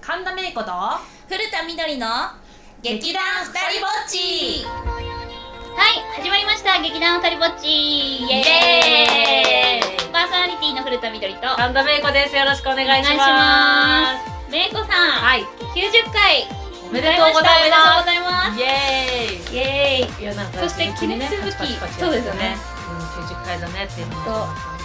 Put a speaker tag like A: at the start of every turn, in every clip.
A: 神田芽衣子と
B: 古田みどりの劇団ふたりぼっち
C: はい、始まりました。劇団二人ぼっち。イ
B: イ
C: エ
B: エ
C: ー
B: ー
C: イ。パーソナリティの古田みどりと。お
A: 神田芽衣子ですよろしくお願いします
C: す。めいこさん、
A: はい
C: 90回。
A: おめでとうござい
C: お
A: ま
C: めでとうございま
A: イエ
C: すす。イエーイ。
A: ーイいやなんか
C: そして
A: 地道にね
C: 記念すべ
A: パチパ
C: き
A: チパチ
C: そうですよね
A: うん90回だねっていうのもそうなんで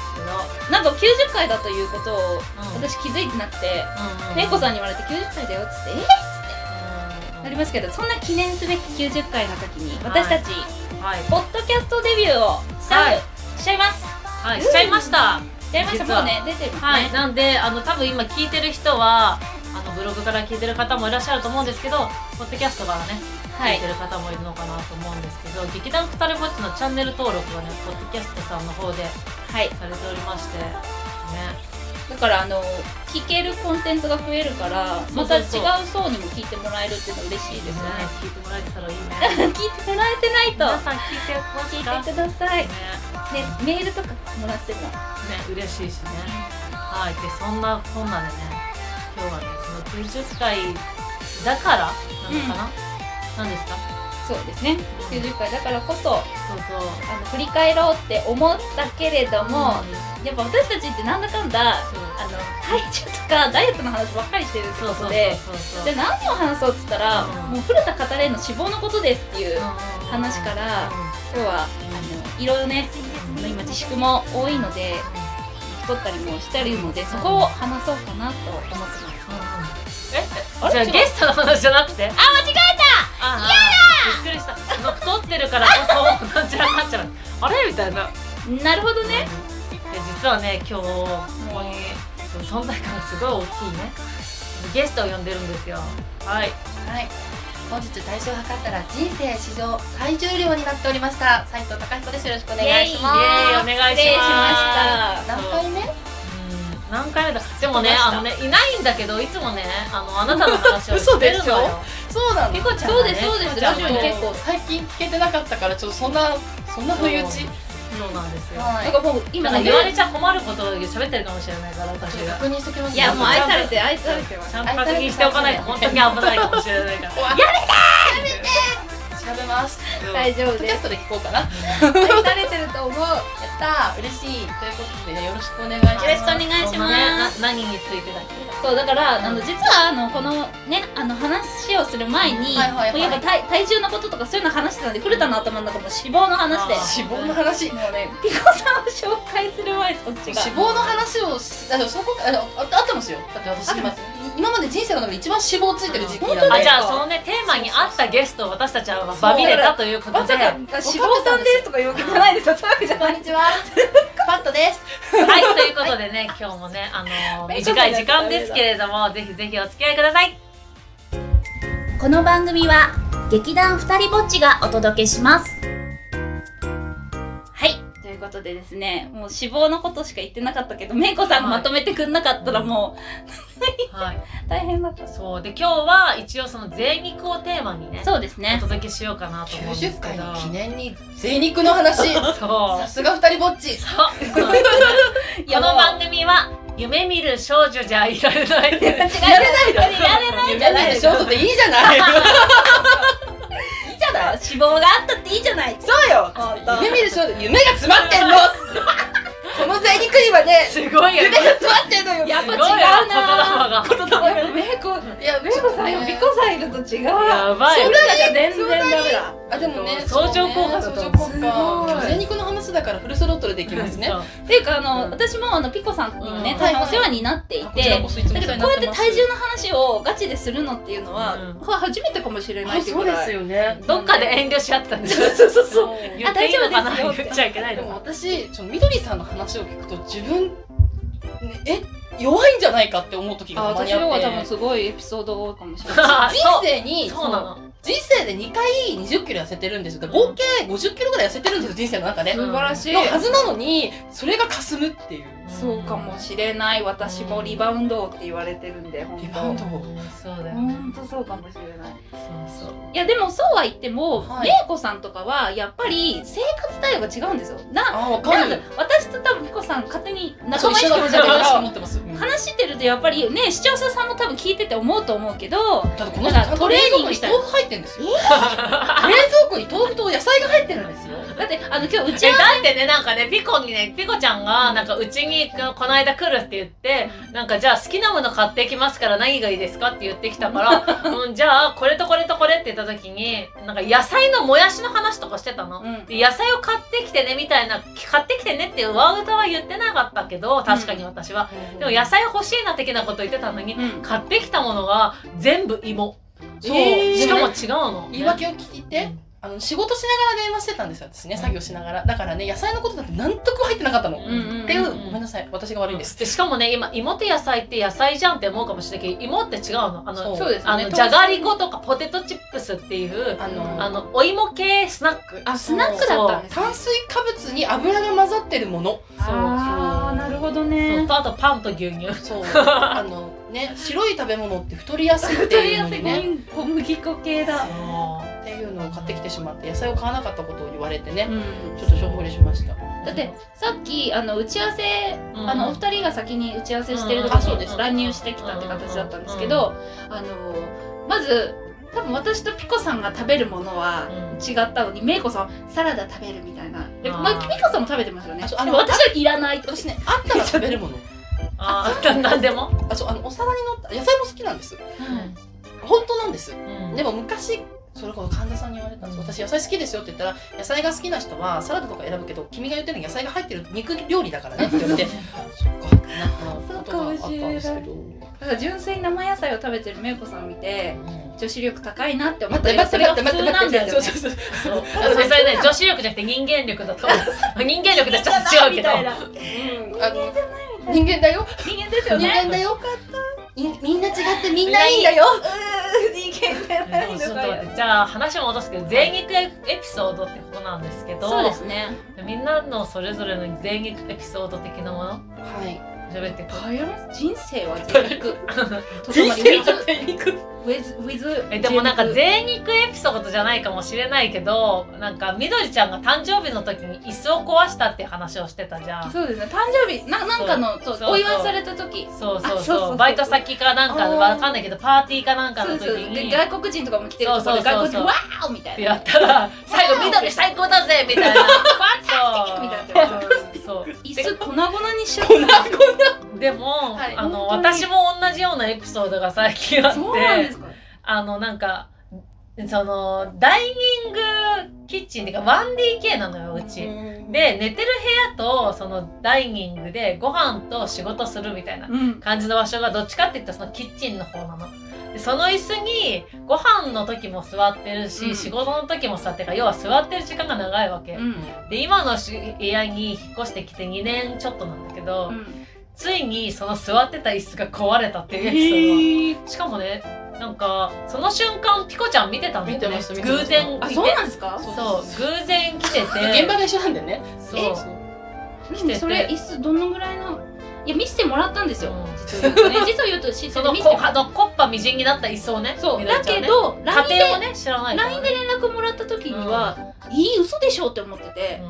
A: すけど
C: なんか90回だということを
A: うん
C: 私気づいてなくて、
A: うんうん
C: めいこさんに言われて90回だよっつって、えなりますけど、そんな記念すべき90回の時に
A: はい
C: 私たち、
A: はい
C: ポッドキャストデビューをしち
A: は
C: ゃう、
A: い
C: しちゃいます。
A: はいしちゃいました
C: しちゃいました。
A: 実は
C: もうね出てる、ね。
A: はい、なんであの多分今聞いてる人はあのブログから聞いてる方もいらっしゃると思うんですけどポッドキャストからね
C: は
A: 聞
C: い
A: いてる方もいるのかなと思うんですけど、劇団ふたりぼっちのチャンネル登録がねポッドキャストさんの方で
C: はい。
A: されておりましてね
C: だからあの聞けるコンテンツが増えるから
A: そう
C: また
A: そう
C: 違う
A: そう
C: 層にも聞いてもらえるっていうの嬉しい
A: いいで
C: で
A: すす
C: ね
A: ね、聞いてもらえてたらい いね
C: 聞いてもらえてないと
A: 皆さん聞いてます
C: 聞
A: か
C: いてくださ
A: ね
C: いでメールとかもらっても
A: ね嬉しいしねはいでそんなこんなでね今日はねその90回だからなのかな、なんですか
C: そうですね90回だからこそあ
A: そうそう
C: の振り返ろうって思ったけれども、
A: ん
C: やっぱ私たちってなんだかんだあ
A: そう
C: の体重とかダイエットの話ばっかりしてるって
A: そうそ
C: こ
A: うそ
C: と
A: う
C: で
A: そう
C: で何を話そうって言ったら、
A: うん
C: もう古田語れの脂肪のことですっていう、話
A: 話
C: から今日はあのいろいろね今自粛も多いので太ったりもしたりのでそこを話そうかなと思ってますあ
A: え
C: れ
A: じゃあ
C: 違う
A: ゲストの話じゃなくてあ
C: あ間違えた
A: あびっくりしたその太ってるからこそなんちゃらかんちゃら あれみたいな
C: なるほど
A: で
C: ね
A: 実はね今日ここにそう存在感がすごい大きいねゲストを呼んでるんですよはい
D: はい。本日体重を測ったら人生史上最重量になっておりました。斉藤孝彦です。よろしくお願いします。
A: イエーイお願いします
C: 失礼しました
D: 何回目？
A: うん何回目だでもね
C: 出ました
A: あのねいないんだけどいつもねあのあなたの 話をし
D: 嘘
A: て
D: で
A: るの
D: しょ
A: よ
D: そうなの。
A: ピコちゃん
C: そう
A: が
C: で
A: ね
C: すそうで
A: ピ
C: す
A: コちゃ
D: ラ
A: ん
D: ジ
A: が
D: オ
A: ね
D: に結構最近聞けてなかったからちょっとそんなそんな不意打ち。
A: そうなんですよ
D: は
C: なん
D: い。
C: かもう今
A: 今
C: ね
A: 言われちゃ困ることを喋ってるかもしれないから私が
D: 確認してきます。
C: いやもう愛され
D: て。
C: て愛されてます
A: ちゃんと確認しておかないと本当に危ないかもしれないから
D: やめて。やめて。調べます。
C: 大丈夫
D: ポッド
C: で
D: キャ
C: す
D: ストで聞こうかな。やっ
C: 愛されてると思うよ
D: たー。嬉しい。ということでねよろしくお願いします。
C: ろしくお願いし
A: そんな
C: ま
A: ね
C: す
A: な何についてだっけ
C: そうだからあの実はあのこのねあの話をする前に
D: はいはいはい
C: もうやっぱ体体重のこととかそういうの話してたんで古田の頭の中も脂肪の話で
A: あー
D: 脂肪の話。
C: もうねピコさんを紹介する前にそっちが
D: 脂肪の話をしあのそこあのああってますよだって私今今まで人生の中で一番脂肪ついてる時期なんで
A: あじゃあそのねテーマに合ったゲストを私たちはバミれたということ
C: ま
A: で
C: さか
A: はい
C: 脂肪さんですとか言うわけじゃないですよそういうわけじゃ
D: こ
C: なんい
D: にちはパットです
A: ということでね今日もねあのー
C: メイクさん
A: 短い時間ですけれどもぜひぜひお付き合いください
B: この番組は劇団ふたりぼっちがお届けします
C: はいということでですねもう脂肪のことしか言ってなかったけどめいこさんがまとめてくんなかったらも
A: はい。
C: う大変だった
A: そうで今日は一応その贅肉をテーマにね
C: そうです
A: お
C: ね
A: 届けしようかなと思うんです
D: 90
A: けど
D: 回の記念に贅肉の話
A: そう
D: さすが二人ぼっち
A: そうこの番組は夢見る少女じゃいられない
C: 違うやれないやれない
D: 夢見る少女でいいじゃない
C: いいじゃない脂肪があったっていいじゃない
D: そうよ
C: 本当
D: 夢見る少女夢が詰まってんのこの贅肉にはね
A: すごいよ
D: 夢
A: ね
D: が詰まってんのよ
C: やっ
A: す
C: ぱ
A: ごいう
C: 違
A: よ
C: な
A: 言葉が
C: やっぱめいこ
D: いや
C: めいこさんよピコさんいると違う
A: やばい
C: そ
A: よ
C: んなのじゃ全然ダメだ
D: あでもね
A: 相乗効果だと
D: 相
A: 思う
D: 乗効果
A: すごい
D: 贅肉の話だからフルスロットルできますね
A: そう
C: っていうかあの、
A: うん
C: 私もあのピコさんにね、
A: うん
C: 大変お世話になってい
D: あこちら
C: て
D: こ、そいつ
C: だ
D: もお
C: け
D: 世
C: ど
D: 話
C: こうやって
D: になっ
C: て
D: ます
C: 体重の話をガチでするのっていうのは、
A: うん
C: これ初めてかもしれないっていうぐらい
D: よね
A: どっかで遠慮し合ってたんですよ。
C: そうそうそう
D: そう
A: 言っていいのか
C: あ大
A: な
C: 丈夫ですよ
A: 言っちゃいけない
D: でも
A: の
D: 私ちょっとみどりさんの話を聞くと自分、ねえ弱いんじゃないかって思う時が
C: あ
D: たま
C: 私
D: に
C: の方
D: あっ
C: が
D: て
C: 多分すごいエピソード多いかもしれない
A: か
D: 人生に
A: そうなの
D: 人生で2回2 0キロ痩せてるんですよ。合計5 0キロぐらい痩せてるんですよ、人生の中で。
A: うん
C: 素
D: の
C: 晴らしい、
D: はずなのに、それが霞むっていう。
C: そうかもしれない私もリバウンド王って言われてるんで本
D: リバウン
C: 当
D: ドを。
A: そうだよね
C: 本当そうかもしれない
A: そうそう
C: いやでもそうは言っても、
D: はい
C: 玲子さんとかはやっぱり生活スタイルが違うんですよな
D: あ、わ
C: な
D: か
C: んだ
D: る。
C: 私と多分ピコさん勝手に仲
D: そう
C: 間意
D: 一
C: 識
D: 緒だ
C: も
D: っ
C: じゃない
D: た
C: か
D: 思ってます。うん
C: 話してるとやっぱりね視聴者さんも多分聞いてて思うと思うけど
D: だってこの人ちゃんと冷蔵庫に豆腐入ってるんですよ。冷蔵庫に豆腐と野菜が入ってるんですよ。
C: だってあの今日うち
A: え
C: は
A: だってねなんかねピコにねピコちゃんがなんかうちにこの間来るって言ってなんかじゃあ好きなもの買ってきますから何がいいですかって言ってきたから、 うん、じゃあこれとこれとこれって言った時になんか野菜のもやしの話とかしてたの。
C: うん
A: で野菜を買ってきてねみたいな買ってきてねって上歌は言ってなかったけど確かに私は、でも野菜欲しいな的なこと言ってたのに、
C: うん
A: 買ってきたものが全部芋
D: そう、
C: えー
A: し
D: し
A: か
D: か
A: も
D: も
A: 違うの、
D: 言い訳を聞いて、あの仕事しながら電話してたんですよ私ね作業しながらだからね野菜のことだって何とも入ってなかったの、
A: う
D: っ
A: ん
C: うんうん
D: ていううんごめんなさい私が悪いんです、
A: でしかもね今芋と野菜って野菜じゃんって思うかもしれないけど芋って違うのあの
D: そう
C: そうですよ
A: あ
C: ね
A: のじゃがりことかポテトチップスっていう
D: あの
A: あのお芋系スナック
C: あスナックだったんですね
D: 炭水化物に油が混ざってるもの
A: そう
C: あーなるほど
A: そ
C: ね
A: うとあとパンと牛乳
D: そうあのね白い食べ物って太りやすいって
C: とり
D: いう
C: あ
D: の
C: えず
D: にね
C: 小麦粉系だ
A: う
D: っていうのを買ってきてしまって野菜を買わなかったことを言われてね、
C: うん
D: ちょっとしょんぼりしました
C: だってさっきあの打ち合わせ、
A: ん
C: あのお二人が先に打ち合わせしてる
A: うんあ
C: 時
A: そうで
C: に
A: す
C: 乱入してきたって形だったんですけど、あのまず多分私とピコさんが食べるものは
A: うん
C: 違ったのに、メイコさんはサラダ食べるみたいなで、
A: あー
C: まあ、ピコさんも食べてましたよね
D: あそう
C: で
D: あの
C: も私はいらないと
D: 私ねあったら食べるもの
A: あーなんでも、
D: あそうあのお皿に乗った野菜も好きなんです本当なんです
A: うん
D: でも昔それこそ神田さんに言われたんです私野菜好きですよって言ったら野菜が好きな人はサラダとか選ぶけど君が言ってるの野菜が入ってる肉料理だからねって言われてそっかなったことがあったんですけど
C: だから純粋に生野菜を食べてるメイコさんを見て女子力高いなって思っ
D: 待ったて
C: けど
D: 待
C: そ
D: っ
C: れ
D: て
C: が
D: 待って
C: 普
D: 待っ
C: 通
D: て
C: なん
D: 待って
C: だ
D: そ
A: そ
C: よね
D: うそうそう
A: うあそれね女子力じゃなくて人間力だと思う人間力とちょっと違うけど
C: みたいな
D: あの人間だよ
C: 人間です
D: 人
C: よね
D: 間だよいみんな違ってみんないいんだよ
C: 人間じゃ
A: でもちょっと待ってじゃあ話戻すけど全肉エピソードってことなんですけど
C: そうですね
A: みんなのそれぞれの全肉エピソード的なもの
D: はい
A: 喋 ってく
C: バイオレンス人生は全力
D: 人生は全肉
C: with with
A: えでもなんか
C: 全
A: 全肉エピソードじゃないかもしれないけどなんかみどりちゃんが誕生日の時に椅子を壊したっていう話をしてたじゃん
C: そうですね誕生日ななんかのそう
A: そうそう
C: お祝いされた時
A: そう
C: あ
A: そう
C: そうそう
A: そ
C: そう
A: うバイト先かなんか
D: あー
A: わかんないけどパーティーかなんか
C: そ
A: の
C: う
A: 時
C: そうで
A: にっ
C: 外国人とかも来てるとこ
A: そ
C: で
A: うそうそう
C: 外国人
A: そう
C: わーおみた
A: て
C: い
A: や
C: な
A: ったら最後みどり最高だぜみたいな
C: みたいな
A: そうそう
C: 椅子粉々にしちゃった
A: でも、
D: はい
A: あの
C: 本当に
A: 私も同じようなエピソードが最近あって
C: そうなんですか
A: あのなんかそのダイニングキッチンっていうか 1DK なのようち。で寝てる部屋とそのダイニングでご飯と仕事するみたいな
C: うん
A: 感じの場所がどっちかって言ったらそのキッチンの方なの。でその椅子にご飯の時も座ってるし、
C: うん
A: 仕事の時も座ってるから要は座ってる時間が長いわけ。
C: うん
A: で今のし部屋に引っ越してきて2年ちょっとなんだけど、
C: うん
A: ついにその座ってた椅子が壊れたっていうエピソードが
C: へー
A: しかもねなんかその瞬間ピコちゃん見てたんだよね
D: 見てました見てま
A: 偶
D: した
A: 然
C: あ
A: いて
C: そうなんですか
A: そう偶然来てて
D: 現場が一緒なんだよね
A: そう来てて
C: 何それ椅子どのぐらいのいや見せてもらったんですよ
A: うん
C: 実を言うと ね実を言うと知って
A: そ
C: て
A: の
C: 見せて
A: こ
C: もら
A: あ
C: った
A: のコッパみじんになった椅子をね
C: そう
A: みどり
C: だ
A: ちゃんは
C: け
A: ね
C: ど LINE で
A: 家庭をね知らないから
C: LINE で連絡もらった時には、いい嘘でしょって思ってて、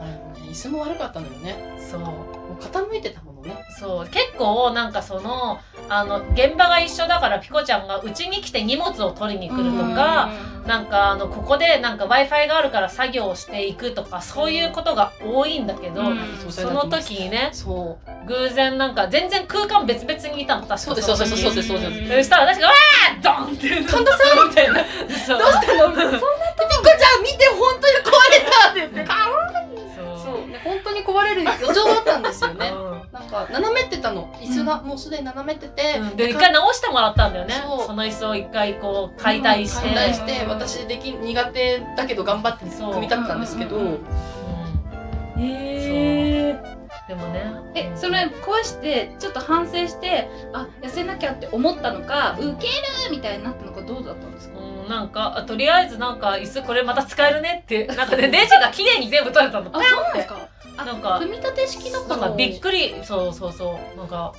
D: あのね椅子も悪かったのよね
A: うんそう
D: もう傾いてたものね
A: そう結構なんかそのあの現場が一緒だからピコちゃんがうちに来て荷物を取りに来るとかなんかあのここでなんか w i f i があるから作業をしていくとかそういうことが多いんだけど、
C: うん
A: その時にね
D: そう
A: 偶然なんか全然空間別々にいたの確か
D: そうですそうですそうですそうです
A: そしたら私が「わードン!」って言うの
D: 神田さんみたいな
A: そう
D: どうしたのそんなとこちゃん見て本当に壊れたって言って
A: そう
D: そうね本当に壊 れる予兆だったんですよね
A: うん
D: なんか斜めってたの椅子がもうすでに斜めってて、
A: うんで一回直してもらったんだよね
D: そう
A: その椅子を一回こう解体して、
D: 解体して
C: うん
D: 私でき苦手だけど頑張って
A: そう
D: 組み立てたんですけど、
C: うんうんうん
A: うん
C: へえ
A: でもね
C: えそれ壊してちょっと反省してあ痩せなきゃって思ったのかウケるみたいになったのかどうだったんですか
A: うんなんかあとりあえずなんか椅子これまた使えるねってなんかねレジが綺麗に全部取れたの
C: あそうなんですかあ
A: なんか
C: 組み立て式だった
A: なん
C: の
A: かびっくりそうそうそうなんか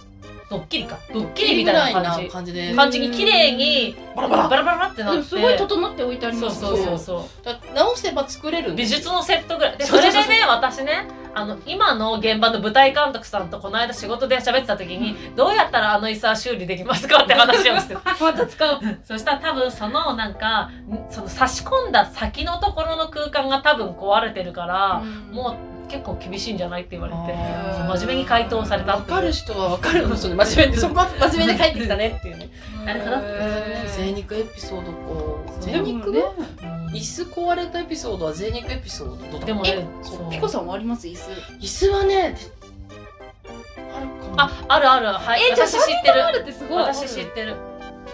A: ドッキリかドッキ
D: 綺麗
A: リみ
D: みた
A: た
D: い
A: い
D: な
A: な
D: 感
A: 感
D: じ
A: じ
D: で
C: うん
A: 感じに綺麗に
D: バラバラ
A: バラバラってなっ
C: で
A: て
C: もすごい整って置いてあり
A: そう
C: ます
A: そうそうそう
D: だから直せば作れるんで
A: 美
D: すよ
A: 術のセットぐらいで
D: そ
A: そう
D: そ
A: れ
D: う
A: で
D: そう
A: ね私ねあの今の現場の舞台監督さんとこの間仕事で喋ってた時にどうやったらあの椅子は修理できますかって話をしてた
C: また使う
A: そしたら多分そのなんかんその差し込んだ先のところの空間が多分壊れてるから、もう結構厳しいんじゃないって言われて
D: あ
A: そう真面目に回答された
D: ーわ
A: って
D: かる人はわかるの人で真面目にそこは真面目に帰ってきたねっていうね
C: うん
A: あれかな
C: へー
D: 贅肉エピソードか
A: そう
D: 贅肉ね
A: うん
D: 椅子壊れたエピソードは贅肉エピソードだった
A: でもね
D: そう
C: ピコさんはあります椅子
D: 椅子はねあるかな
A: ああるあるはい
C: えじゃあ
A: 私知ってる
C: あるってすごい
A: 私知ってる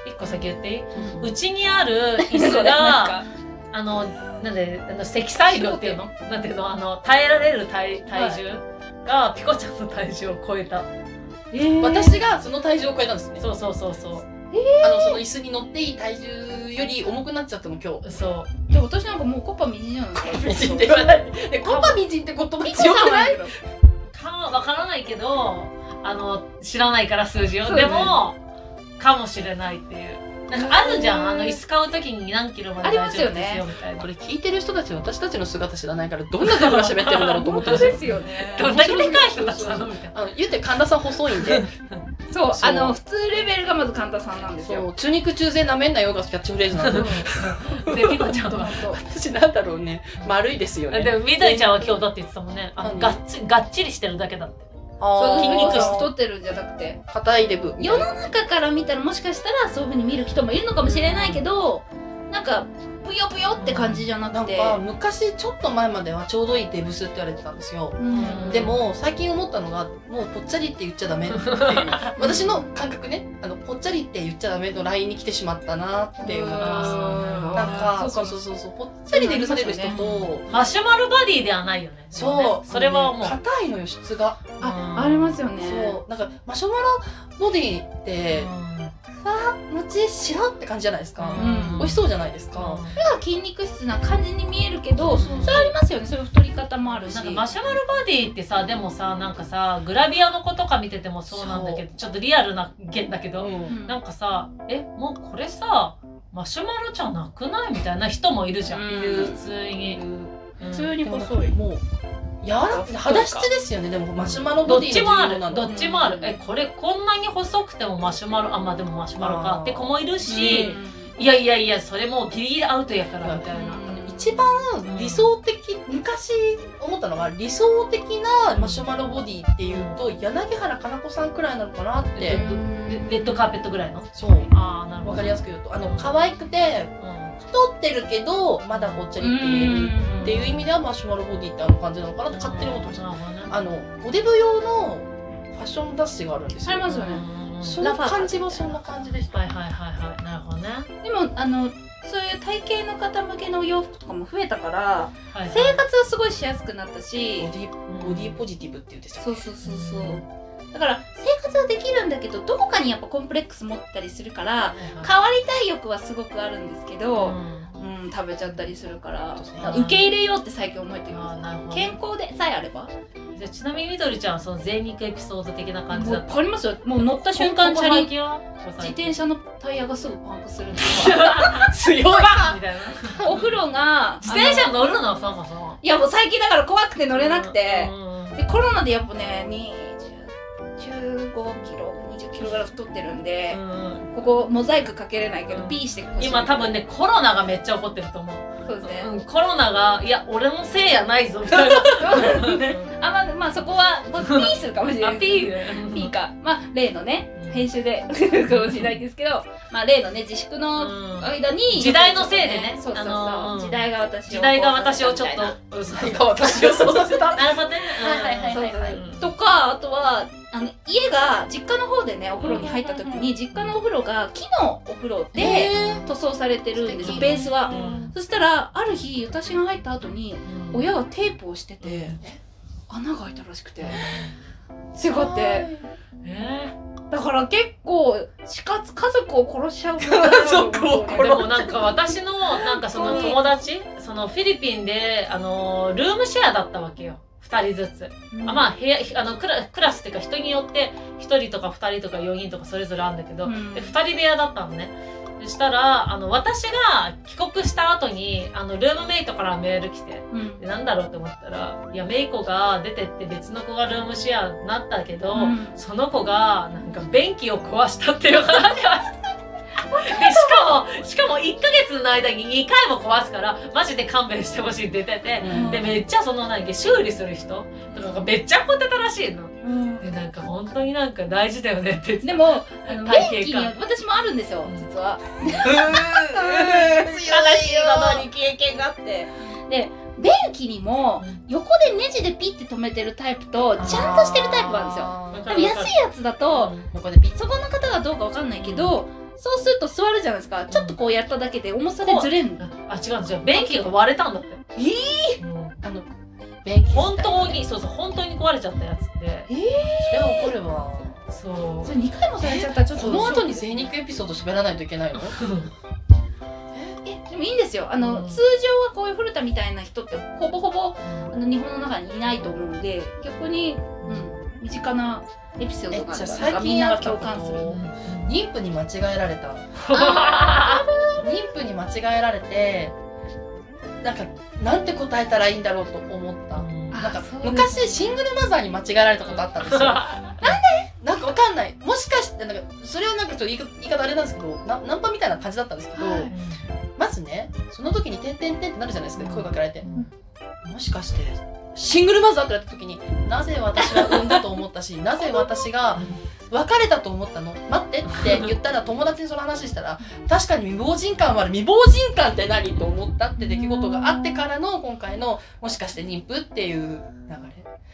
A: 一個先言っていい
D: うん
A: うちにある椅
C: なん
A: 子が
C: か なんか
A: あの、なんで、あの積載量っていうのなんていうのあの、耐えられる体体重が、ピコちゃんの体重を超えた。
C: えー
D: 私がその体重を超えたんですね
A: そうそうそうそう。
D: あのその椅子に乗っていい体重より重くなっちゃったの今日
A: そう。
C: でも私なんかもうコッパみじんじゃないですか
D: みじんって言わないでコパみじんって言葉強くない
A: か、わからないけど、あの、知らないから数字を。
C: そうね
A: でも、かもしれないっていう。なんかあるじゃん、あの、椅子買うときに何キロまで
C: ありま
A: 大
C: す
A: 丈
C: よ
A: 夫
C: ね
A: ですよ、みたいな。
D: これ聞いてる人たち私たちの姿知らないからどんなところ喋ってるんだろうと思って
C: 本当
D: ますよ
C: ですよね
A: どんだけでかい人たちなのみたいな。
D: あの言うて神田さん細いんで
C: そう
D: そう
C: あの普通レベルがまず神田さんなんです
D: そ
C: よ
D: う中肉中背なめんなよがキャッチフレーズなんで
A: で、ピコちゃん
C: 本
A: は。
C: 当
D: 私なんだろうね丸いですよね
A: でも、緑ちゃんは今日だって言ってたもんね。あの、
D: 何
A: がっち、がっちりしてるだけだって。
D: あー
C: そう筋肉質
D: そう
C: 取ってるんじゃなくて
D: 硬いデブ
C: 世の中から見たらもしかしたらそういうふうに見る人もいるのかもしれないけどなんかぷよぷよって感じじゃな
D: な
C: く
D: ん
C: て、
D: か昔ちょっと前まではちょうどいいデブスって言われてたんですよ
C: うん
D: でも最近思ったのがもうぽっちゃりって言っちゃダメ っていう私の感覚ねあのぽっちゃりって言っちゃダメのラインに来てしまったなって思います
A: うん
D: なんかそうそううそうそうぽっちゃりで許される人と
A: マシュマロバディではないよね。でも
D: そ
A: ね
D: う
A: それはもう。
D: 硬いのよ質が
C: あありますよね
D: そうなんかマシュマロボディってあ餅白って感じじゃないですか
C: うん
D: 美味しそうじゃないですか
C: なんか筋肉質な感じに見えるけど、
A: うん
C: それありますよねそういう太り方もあるし
A: なんかマシュマロバディってさでもさなんかさグラビアの子とか見ててもそうなんだけどちょっとリアルな意見だけど、
D: うん
A: なんかさえもうこれさマシュマロじゃなくないみたいな人もいるじゃん、
C: うん
A: 普通に、うん
C: 普通に
D: でも
C: 細い
D: もう柔らか肌質ですよねでもマシュマロ
A: ど
D: ボ
A: っ
D: ディ
A: ちもあ
D: の
A: る
D: なの
A: どっちもある
C: うん
A: えこれこんなに細くてもマシュマロあまあでもマシュマロ
D: あ
A: か
D: ー
A: って子もいるし、
C: うん
A: いやいやいやそれもうギリギリアウトやからみたいな、
C: うん
D: 一番理想的、昔思ったのが理想的なマシュマロボディっていうと柳原かな子さんくらいなのかなって、
A: うんレレッドカーペットぐらいの
D: そう
A: ああなるほ
D: わ
A: ど
D: かりやすく言うとあの可愛くて
A: うん
D: 太ってるけどまだぽっちゃりっていうっていう意味ではマシュマロボディってあの感じなのかなって勝手に思ってました
A: なるほどね
D: あのおデブ用のファッション雑誌があるんです
C: あ
D: よ
C: りますよね
A: うん
D: その感じはそんな感じでした
A: はいはいはいはいなるほどね、
C: でもあのそういう体型の方向けのお洋服とかも増えたから
A: はいはい、
C: 生活はすごいしやすくなった
D: ボ
C: し
D: ディボディポジティブっていうんですよ
C: そうそうそうそうだから生活はできるんだけどどこかにやっぱコンプレックス持ったりするから変わりたい欲はすごくあるんですけど、うん食べちゃったりするから
D: そうですね
C: 受け入れようって最近思えて
A: あ
C: ま
A: あなるほど
C: す健康でさえあれば
A: じゃあちなみにみどりちゃんその贅肉エピソード的な感じ
C: も
A: だ
C: う
A: った
C: パンりますよもう乗った瞬間チャリ
A: 自
C: 自転車のタイヤがすぐパンクするんです
D: 強い
A: バン みたいな
C: お風呂が
A: 自転
C: あの
A: 車乗るのそもそも
C: いやもう最近だから怖くて乗れなくて、
A: うん
C: でコロナでやっぱね20 15キロ20キロぐらい太ってるんで、
A: うん
C: ここモザイクかけれないけど、
A: うん
C: ピーしてこう
A: 今多分ねコロナがめっちゃ怒ってると思う、
C: そうです ね、
A: うん、コロナがいや俺のせいやないぞみたいな
C: あまあ、まあそこはまあピーするかもしれない
A: アピール
C: ピーかまあ例のね
A: うん
C: 編集で かもしれないですけどまあ例のね自粛の
A: うん
C: 間に
A: 時代のせいでね
C: そうそうそ
A: あ
C: う、
A: のー
C: 時代が私を
A: 時代が私をちょっ
C: こうさせたみたいな
A: と
D: 何が私を そうさせ た
A: なるほどね
D: はいはい
C: そうそう
A: うん
C: とかあとはあの家が実家の方でねお風呂に入った時に実家のお風呂が木のお風呂で塗装されてるんです
D: 素
C: よ
D: 敵
C: ベースは
A: うん
C: そしたらある日私が入った後に
A: うん
C: 親がテープをしてて穴が開いたらしくて違って
A: え
C: だから結構死活家族を殺しちゃう問題
D: 家 族を
A: ー
D: 殺
A: でもなんか私のなんかその友達そのフィリピンであのルームシェアだったわけよ2人ずつ、あまあ部屋あのクラクラスっていうか人によって1人とか2人とか4人とかそれぞれあるんだけど、
C: うん
A: で2人部屋だったのねそしたらあの私が帰国した後にあのルームメイトからメール来て
C: うん
A: でなんだろうって思ったらいやメイコが出てって別の子がルームシェアになったけど、
C: うん
A: その子がなんか便器を壊したっていう話はしてでしかもしかも1ヶ月の間に2回も壊すからマジで勘弁してほしいって言ってて
C: うん
A: でめっちゃその何修理する人とかがめっちゃこてたらしいのでなんか本当になんか大事だよねって言って
C: でもあ
A: 体型
C: の
A: か
C: 便器に私もあるんですよ実は悲しいこ
D: 悲
C: とに経験があってで便器にも横でネジでピッて止めてるタイプとちゃんとしてるタイプがあるんですよ
A: ん
C: でも安いやつだと
D: ここでピッ
C: そこの方がどうかわかんないけどそうすると座るじゃないですかちょっとこうやっただけで重さでずれんの
A: あ違うんですよ便器が割れたんだってえ
D: あの便器
A: 本当にそうそう本当に壊れちゃったやつって
D: それは怒るわ
A: そ
C: それ2回もされちゃったらちょっと
D: この後に精肉エピソード喋らないといけないの
A: う
C: えでもいいんですよあの、
A: うん
C: 通常はこういう古田みたいな人ってほぼほぼあの日本の中にいないと思うんで逆に、うん、身近なエピソードがあ
D: えじゃあ
C: るから
D: 最
C: みん
D: 近
C: な
D: あ
C: が
D: った
C: 共
D: こと
C: 感する
D: 妊婦に間違えられた
A: あ
D: 妊婦に間違えられてなんかなんて答えたらいいんだろうと思った
A: ー
D: なんか
C: そうなんだ
D: 昔シングルマザーに間違えられたことあったんですよ なんかわかんないもしかしてなんかそれはなんかちょっと言い方言い方あれなんですけどなナンパみたいな感じだったんですけど、
C: はい
D: まずねその時に「てんてんてん」ってなるじゃないですか声かけられて
A: うん
D: もしかしてシングルマザーってなった時になぜ私は産んだと思ったしなぜ私が別れたと思ったの待ってって言ったら友達にその話したら確かに未亡人感はある未亡人感って何と思ったって出来事があってからの今回のもしかして妊婦っていう流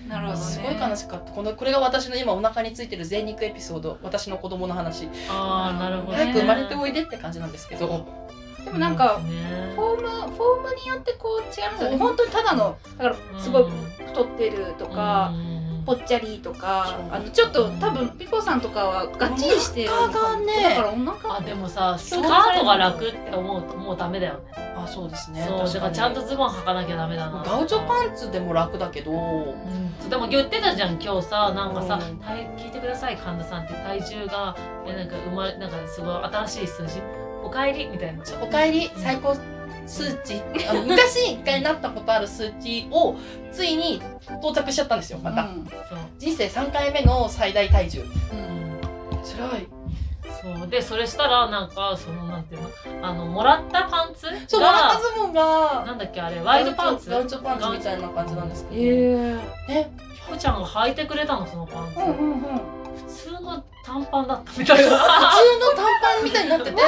C: なるほどね
D: れすごい悲しかったこのこれが私の今お腹についてる贅肉エピソード私の子供の話
A: あーなるほどね
D: 早く生まれておいでって感じなんですけど
C: でもなんか、
A: ね
C: フォームフォームによってこう違うんですよね本当にただのだからすごい太ってるとか、
A: うん
C: ぽっちゃりとか
D: そう
C: あのちょっと多分ピコさんとかはがっちりしてるのかも
D: お腹がね
C: だからお腹
A: あでもさスカートが楽って思うともうダメだよね
D: あそうですね
A: そうだ
D: 確に
A: からちゃんとズボン履かなきゃダメだな
D: ガウチョパンツでも楽だけど、
A: うんでも言ってたじゃん今日さなんかさ、
D: うん
A: 体聞いてください神田さんって体重がえなんか生まれなんかすごい新しい数字おかえりみたいな
D: おかえり最高数値あの昔一回なったことある数値をついに到着しちゃったんですよまた、
C: うん
A: そう、
D: 人生3回目の最大体重
A: うん
D: つらい
A: そうでそれしたらなんかそのなんていうのあのもらったパンツ
D: そうマラカ
A: が
D: ズボンが
A: なんだっけあれワイドパンツ
D: ガウチョパンツみたいな感じなんですけど、
C: え
D: ね
A: ひこちゃんが履いてくれたのそのパンツ、
C: うんうんうん
A: 普通の短パンだったみたいな
D: 普通の短パン みたいになって て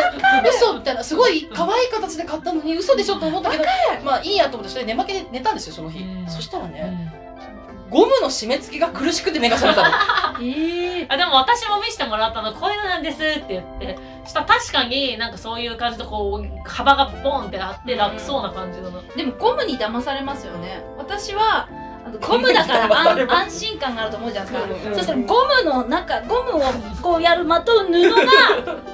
D: 嘘みたいなすごい可愛い形で買ったのに嘘でしょと思ったけどまあいいやと思ってそれで寝負けで寝たんですよその日
A: うん
D: そしたらね、
A: うん
D: ゴムの締め付けが苦しくて目が覚めたの。
C: ええ
A: あでも私も見せてもらったのこういうのなんですって言ってしたら確かになんかそういう感じでこう幅がボンってあって楽そうな感じなの、
C: でもゴムに騙されますよね私はあのゴムだから
D: 騙され
C: 安
D: ま
C: 安心感があると思うじゃないですか、
D: うんうん
C: そしたらゴムの中ゴムをこうやるまとう布が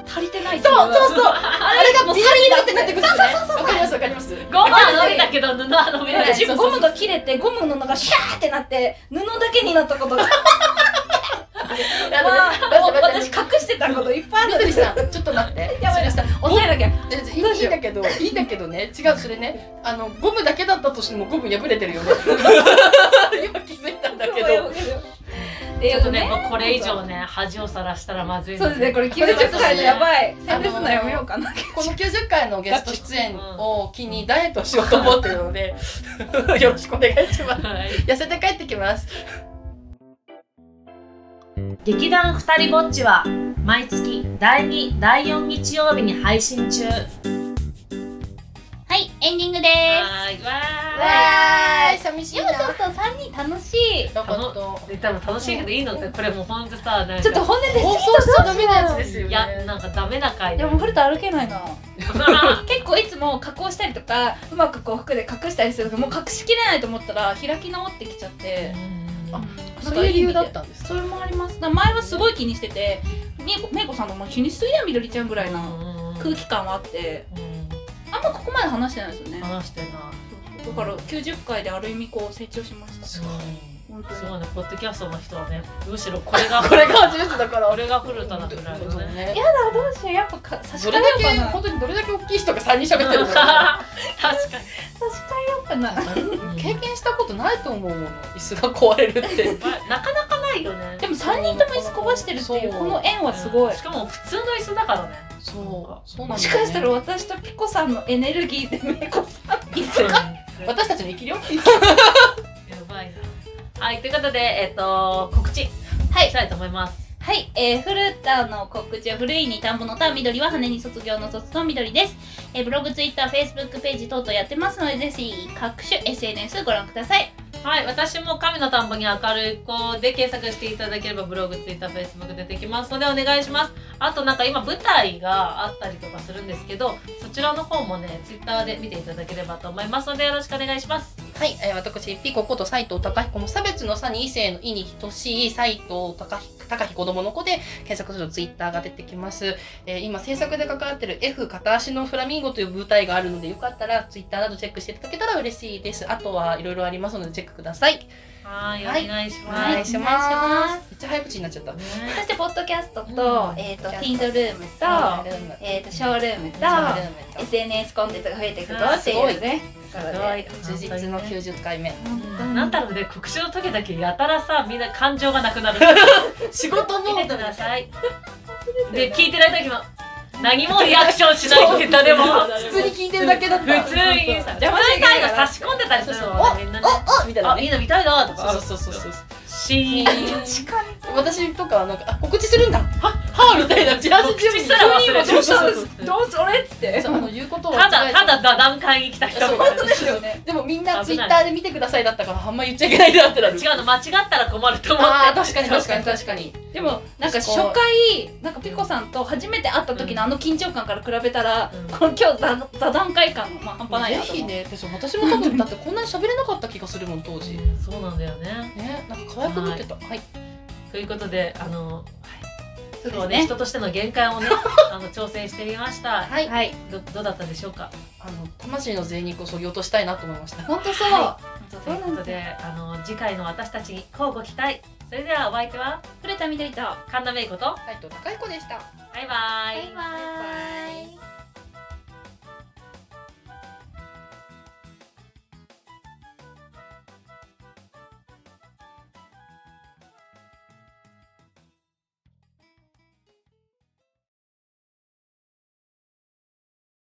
C: 足りてないってい
D: そうそうそう。
C: あ
D: あれがもうサリーだってなってくるんですよね。わかりますわかります。
A: ゴムは伸びたけど布は 伸びない
C: 私
D: そ
C: ゴムが切れてゴムの中がシャーってなって布だけになったことが
D: あ
C: わあ
D: のね、
C: 私
D: 私
C: 隠してたこといっぱいあ
D: カ
C: る
D: ルトリさん、ちょっと待って。
C: やばい
D: それさ、
C: 押さえなきゃ
D: えいいんだけど、いいんだけどね。違うそれね。あのゴムだけだったとしてもゴム破れてるよね。今気づいたんだけど。
C: ってい
A: ちょっ
C: う
A: とね
C: ね
A: もうこれ以上ね恥をさらしたらまずい
C: そうですねこれ90回のやばい宣伝するのやめようかな
D: この90回のゲスト出演を機にダイエットをしようと思ってるので、よろしくお願いします。
A: はい
D: 痩せて帰ってきます。
B: 劇団ふたりぼっちは毎月第2第4日曜日に配信中はいエンディングで
A: はいわ
D: わーい、寂しいな。
C: ちょっと3人楽しい
D: よかった
A: ーいで多分楽しいけどいいのってこれもうほんとさなんか
C: ちょっと本音で
D: 放送しちゃダメなやつですよ
A: い
D: ね。
A: やなんかダメな回
C: い
A: だ
C: や
A: よ
C: もう古田歩けないな結構いつも加工したりとかうまくこう服で隠したりするけどもう隠しきれないと思ったら開き直ってきちゃって
A: うん
D: あ
C: うん
D: そういう理由だったんです
C: それもありますだから前はすごい気にしててめいこめいこさんとも気にするやみどりちゃんぐらいな空気感はあってあんまここまで話してないですよね
A: 話してな
C: だから90回である意味こう成長しました
A: すごい
C: 本当に
A: すごいねポッドキャストの人はねむしろこれがこれが
D: 初めてだから
A: これが古田なくらいのね
D: いや
C: あどうしようやっぱか差し
D: ど
C: 替
D: れ
C: え
D: だ
C: よう
D: け
C: かな
D: 本当にどれだけ大きい人が3人喋ってる
A: 確
D: のか
A: か
C: 差し替えようかな
A: に
D: 経験したことないと思うもの椅子が壊れるって
A: なかなかないよね
C: でも3人とも椅子こばしてるっていう
D: そう
C: この縁はすごい
A: しかも普通の椅子だからね
D: そうそうな
C: も
D: ん
C: し
D: だ
C: か
D: よ
C: した
D: ね
C: ら私とピコさんのエネルギーでめいこさん
A: 椅子が
D: 私たちの生き量
A: やばいなはいということでえっ、と告知
C: はい
A: したいと思います
C: はい、えー、古田の告知は古いに田んぼの田、緑は羽に卒業の卒の緑です。えーブログ、ツイッター、フェイスブックページ等々やってますので、ぜひ各種 SNS ご覧ください。
A: はい私も神の田んぼに明るい子で検索していただければブログツイッターフェイスブック出てきますのでお願いしますあとなんか今舞台があったりとかするんですけどそちらの方もねツイッターで見ていただければと思いますのでよろしくお願いします
D: はい、えー私、ピコこと斎藤隆彦も差別の差に異性の異に等しい斎藤隆彦隆彦子供の子で検索するとツイッターが出てきます。えー今制作で関わってる F 片足のフラミンゴという舞台があるので、よかったらツイッターなどチェックしていただけたら嬉しいです。あとはいろいろありますのでチェックください。
A: はいお
D: はい
A: 願いし
D: お
A: ます、
D: 願いし
C: お願い
D: ま
C: し
D: す
C: ま。
D: めっちゃ早口になっちゃった。
A: ね
C: そして、ポッドキャストと、
D: うん
C: えっ、と、
D: ポッド
C: テ
D: キ
C: ィ
D: ャス
C: ン
D: ト
C: ドルームと、えっ、と、ショールームと、SNS コンテンツが増えていくぞっていうね。
A: すご
C: はい
D: 充実の
A: 休
D: 90回目。
A: なんだろうね告知の時だけやたらさみんな感情がなくなる
D: 仕事
A: 見
D: も
A: てくださいで聞いてない時も何もリアクションしないネタでも
D: 普通に聞いてるだけだっ
A: 普
D: た。
A: 通にさ、
D: 邪
A: 邪
D: 魔
A: 魔
D: し
A: し
D: ち
A: 最
D: ゃいけない
A: 後
D: から
A: 差し込んでたりする
D: そう
A: の
D: そう
A: ねみんなね。
D: ああみたいな
A: あ、
D: ね
A: いい。の見たいなとか。
D: そうそうそうそうそう。
A: シーン。
C: 確かに。
D: 私とかはなんかあ告知するんだははみたいなチラシ準備
A: したら忘れ
D: どうしたんで
A: そ
D: す
A: うそう
C: どうそれっつって。
D: そうあの言うことを
A: ただただ
D: だ
A: 座談会に来た人
D: そ
A: み
D: う
A: たいな
D: そうですよねでもみんなツイッターで見てくださいだったからあんま言っちゃいけないなってなる
A: 違うの間違ったら困ると思って。
D: あー確かに確かに確かに
C: でもなんか初
D: そう
C: 回なんかピコさんと初めて会った時のあの緊張感から比べたら、
A: うん
C: この今日座座談会感まあ半端ない
D: ぜ
C: なと
D: ひ
C: 思う、
D: ね私私も多分だってこんなに喋れなかった気がするもん当時ね
A: そうなんだよね。
D: なんか可愛くなってたはい
A: ということで、あの、
C: そ
A: 今
C: うです
A: 日ね、
C: ね
A: 人としての限界をね、 あの挑戦してみました。
D: はい
C: はい
A: どどうだったでしょうか。
D: あの魂の贅肉を削ぎ落としたいなと思いました
C: 本当そう、
A: は
C: 本
A: と
C: 当
A: いうこ
C: そうな
A: と
C: んですよ
A: で、あの次回の私たちに乞うご期待。それではお相手は
C: 古田みどりとバ
A: 神田芽衣子と。
D: 斉藤高彦でした
A: バイバイ。
C: イバイ